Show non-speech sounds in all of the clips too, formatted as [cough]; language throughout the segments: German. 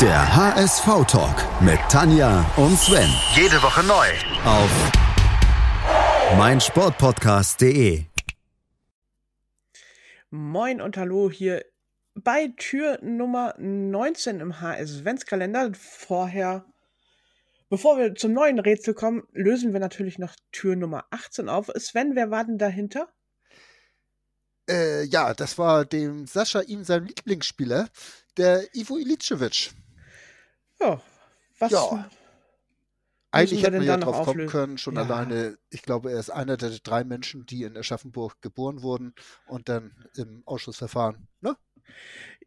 Der HSV-Talk mit Tanja und Sven. Jede Woche neu. Auf meinsportpodcast.de. Moin und hallo hier bei Tür Nummer 19 im HS-Adventskalender. Vorher, bevor wir zum neuen Rätsel kommen, lösen wir natürlich noch Tür Nummer 18 auf. Sven, wer war denn dahinter? Äh, ja, das war dem Sascha, ihm sein Lieblingsspieler, der Ivo Ilicevic. Ja, was? Ja. wir Eigentlich hätte denn man da ja noch drauf auflösen? kommen können, schon Ja. alleine. Ich glaube, er ist einer der drei Menschen, die in Aschaffenburg geboren wurden und dann im Ausschussverfahren. Ne?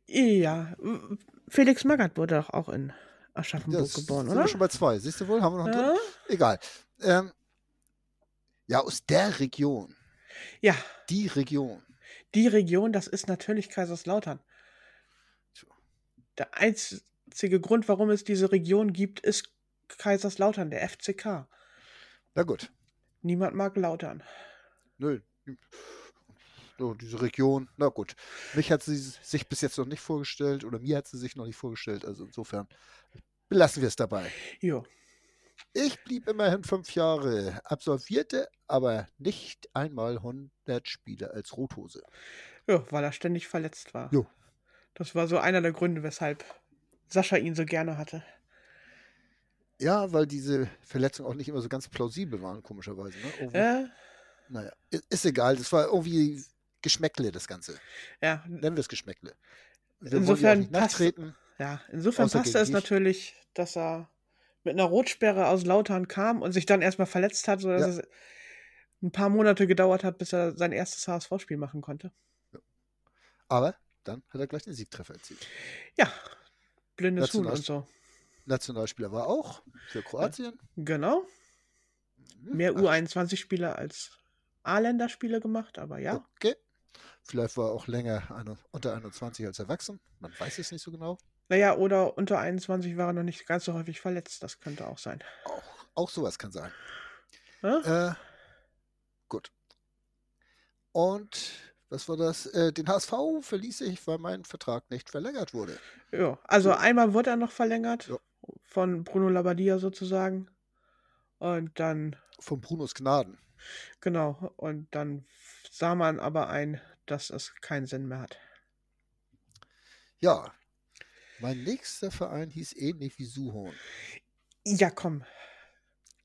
Ja, Felix Magath wurde doch auch in Ja, Aschaffenburg das geboren, sind oder? wir schon bei zwei. Siehst du wohl, haben wir noch einen Ja. dritten? Egal. Ähm, ja, aus der Region. ja, Die Region. die Region, das ist natürlich Kaiserslautern. Der einzige Grund, warum es diese Region gibt, ist Kaiserslautern, der FCK. Na gut. Niemand mag Lautern. Nö. So, diese Region, na gut. Mich hat sie sich bis jetzt noch nicht vorgestellt oder mir hat sie sich noch nicht vorgestellt. Also insofern belassen wir es dabei. Jo. Ich blieb immerhin fünf Jahre, absolvierte aber nicht einmal 100 Spiele als Rothose. jo, weil er ständig verletzt war. Jo. Das war so einer der Gründe, weshalb Sascha ihn so gerne hatte. Ja, weil diese Verletzungen auch nicht immer so ganz plausibel waren, komischerweise. Ne? Irgendwie- Äh, Naja, i- ist egal. Das war irgendwie Geschmäckle, das Ganze. ja, Nennen wir es Geschmäckle. Wir wollen ja auch Insofern nicht passt- nachtreten. ja, insofern Außer passte gegen es dich. natürlich, dass er mit einer Rotsperre aus Lautern kam und sich dann erstmal verletzt hat, sodass es ein paar Monate gedauert hat, bis er sein erstes HSV-Spiel machen konnte. Aber dann hat er gleich den Siegtreffer erzielt. Ja, blindes Huhn und Nationalst- so. Nationalspieler war auch für Kroatien. Genau. Mhm. Mehr Ach, U21-Spiele als A-Länderspiele gemacht, aber ja. Okay. Vielleicht war er auch länger eine- unter 21 als erwachsen. Man weiß es nicht so genau. Naja, oder unter 21 war er noch nicht ganz so häufig verletzt. Das könnte auch sein. Ne? Auch, auch sowas kann sein. Ja? Äh, gut. Und was war das? Äh, den HSV verließ ich, weil mein Vertrag nicht verlängert wurde. Ja, also einmal wurde er noch verlängert Ja. von Bruno Labbadia sozusagen. Und dann, Von Brunos Gnaden. genau, und dann sah man aber ein, dass es keinen Sinn mehr hat. Ja. Mein nächster Verein hieß ähnlich wie Suhorn. Ja, komm.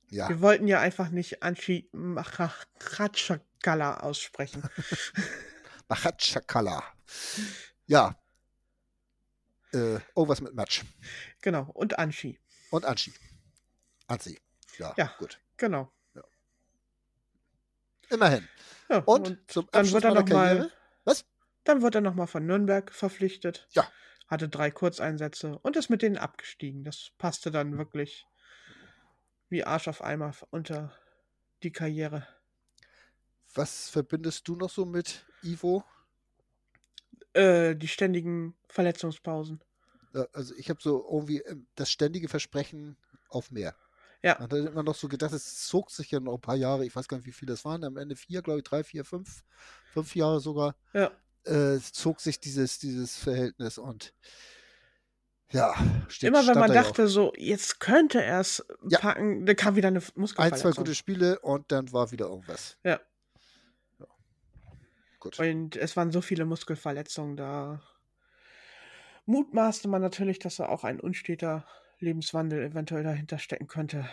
Ja, Wir wollten ja einfach nicht Anchi Machatschakala [laughs] aussprechen. Machatschakala. Ja. Äh, irgendwas mit Matsch. genau, und Anchi. Und Anschi. Anzi. Ja, Ja. gut. Genau. Immerhin. Ja, Und, zum dann Abschluss wird er meiner noch mal- Karriere. Dann wurde er nochmal von Nürnberg verpflichtet. Ja. Hatte drei Kurzeinsätze und ist mit denen abgestiegen. Das passte dann wirklich wie Arsch auf Eimer unter die Karriere. Was verbindest du noch so mit Ivo? Äh, die ständigen Verletzungspausen. Ja, Also ich habe so irgendwie ähm, das ständige Versprechen auf mehr. Ja. Man hat immer noch so gedacht, es zog sich ja noch ein paar Jahre. Ich weiß gar nicht, wie viel das waren. Am Ende vier, glaube ich, drei, vier, fünf, fünf Jahre sogar. Ja. Äh, es zog sich dieses, dieses Verhältnis und ja, steht, Immer wenn stand man da ja dachte, so, jetzt könnte er es Ja. packen, dann kam wieder eine auch. ein, zwei Muskelverletzung. gute Spiele und dann war wieder irgendwas. Ja. Ja. Gut. und es waren so viele Muskelverletzungen da. Mutmaßte man natürlich, dass da auch ein unsteter Lebenswandel eventuell dahinter stecken könnte.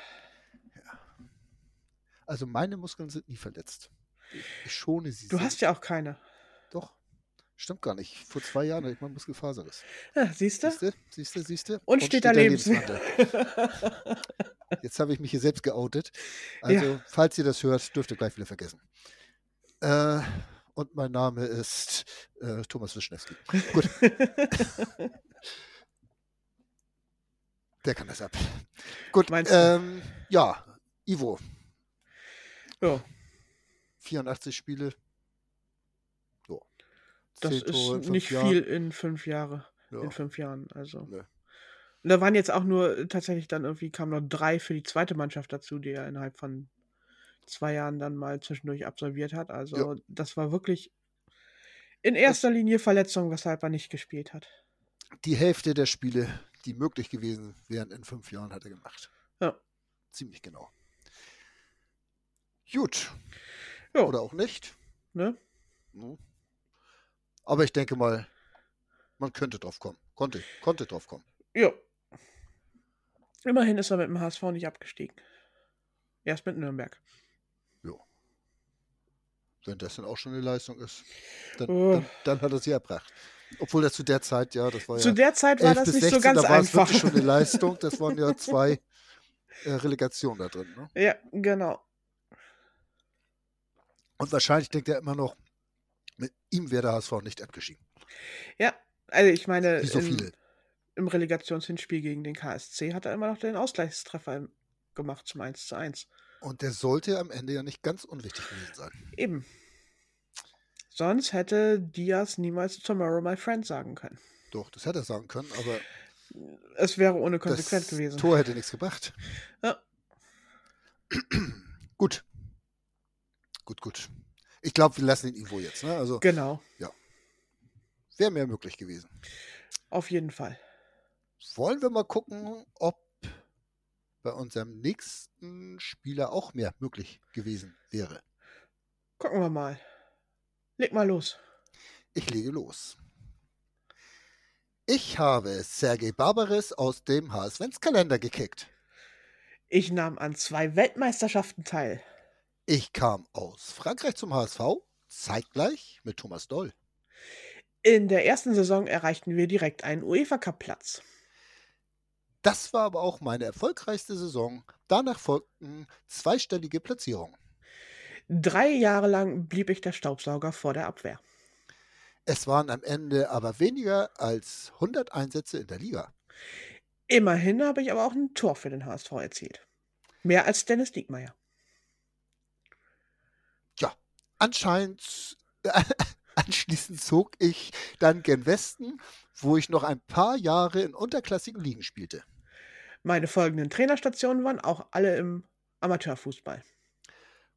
Also meine Muskeln sind nie verletzt. Ich, ich schone sie. Du sehr. hast ja auch keine. Doch. Stimmt gar nicht. Vor zwei Jahren hatte ich mal Muskelfaserriss. Ja, siehst du? Siehst du? Siehst du? Siehst du? Und steht da [laughs] Jetzt habe ich mich hier selbst geoutet. Also, falls ihr das hört, dürft ihr gleich wieder vergessen. Äh, und mein Name ist äh, Thomas Wischnewski. [laughs] Gut. Der kann das ab. Gut. Meinst du? Ähm, ja, Ivo, Ja, 84 Spiele. So. das Zehn Tore in ist fünf nicht Jahren. viel in fünf Jahre. Ja. In fünf Jahren, also. Nö. Und da waren jetzt auch nur äh, tatsächlich dann irgendwie kamen noch drei für die zweite Mannschaft dazu, die er innerhalb von zwei Jahren dann mal zwischendurch absolviert hat. Also das war wirklich in erster Linie Verletzung, weshalb er nicht gespielt hat. die Hälfte der Spiele die möglich gewesen wären in fünf Jahren, hat er gemacht. Ja. Ziemlich genau. Gut. Jo. Oder auch nicht. Ne? Ne? Aber ich denke mal, man könnte drauf kommen. Konnte, konnte drauf kommen. Ja. Immerhin ist er mit dem HSV nicht abgestiegen. Erst mit Nürnberg. Wenn das dann auch schon eine Leistung ist, dann, Oh. dann, dann hat er sie erbracht. Obwohl das zu der Zeit, ja, das war Oh ja Zu der Zeit war 11 das bis nicht 16, so ganz da war es einfach. wirklich schon eine Leistung. Das waren ja zwei äh, Relegationen da drin. Ne? [laughs] ja, genau. Und wahrscheinlich denkt er immer noch, mit ihm wäre der HSV nicht abgeschieden. Ja, also ich meine, Wie so im- viele. im Relegationshinspiel gegen den KSC hat er immer noch den Ausgleichstreffer im- gemacht zum 1 zu 1. Und der sollte am Ende ja nicht ganz unwichtig gewesen sein. Eben. Sonst hätte Diaz niemals Tomorrow My Friend sagen können. Doch, das hätte er sagen können, aber Es wäre ohne Konsequenz das gewesen. Tor hätte nichts gebracht. Ja. [clears throat] gut. Gut, gut. Ich glaube, wir lassen ihn irgendwo jetzt. Ne? Also Genau, wäre mehr möglich gewesen. auf jeden Fall. wollen wir mal gucken, ob bei unserem nächsten Spieler auch mehr möglich gewesen wäre. Gucken wir mal. Leg mal los. Ich lege los. Ich habe Sergei Barbaris aus dem HSV-Kalender gekickt. Ich nahm an zwei Weltmeisterschaften teil. Ich kam aus Frankreich zum HSV, zeitgleich mit Thomas Doll. In der ersten Saison erreichten wir direkt einen UEFA-Cup-Platz. Das war aber auch meine erfolgreichste Saison. Danach folgten zweistellige Platzierungen. Drei Jahre lang blieb ich der Staubsauger vor der Abwehr. Es waren am Ende aber weniger als 100 Einsätze in der Liga. Immerhin habe ich aber auch ein Tor für den HSV erzielt. Mehr als Dennis Diekmeyer. anscheinend [laughs] anschließend zog ich dann gen Westen, wo ich noch ein paar Jahre in unterklassigen Ligen spielte. Meine folgenden Trainerstationen waren auch alle im Amateurfußball.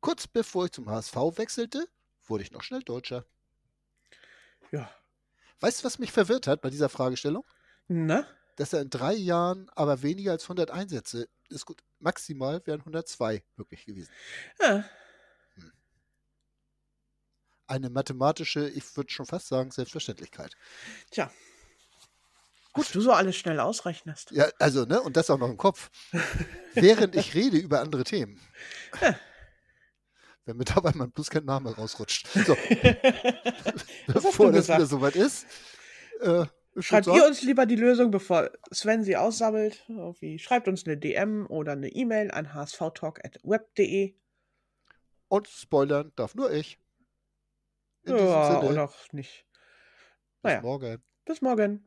Kurz bevor ich zum HSV wechselte, wurde ich noch schnell Deutscher. Ja. Weißt du, was mich verwirrt hat bei dieser Fragestellung? Na? Dass er in drei Jahren aber weniger als 100 Einsätze ist gut. Maximal wären 102 möglich gewesen. Ja. Eine mathematische, ich würde schon fast sagen, Selbstverständlichkeit. Tja. Gut, du so alles schnell ausrechnest. Ja, also, ne? Und das auch noch [laughs] im Kopf. Während ich rede über andere Themen. Wenn mir dabei mein bloß kein Name rausrutscht. So, hast du bevor das gesagt. wieder soweit ist. Äh, [laughs] ich Schreibt würd ihr sagen, uns lieber die Lösung, bevor Sven sie aussammelt. Irgendwie schreibt uns eine DM oder eine E-Mail an hsvtalk.web.de. und spoilern darf nur ich. In Ja, diesem Sinne, oder auch nicht. bis naja. morgen. Bis morgen.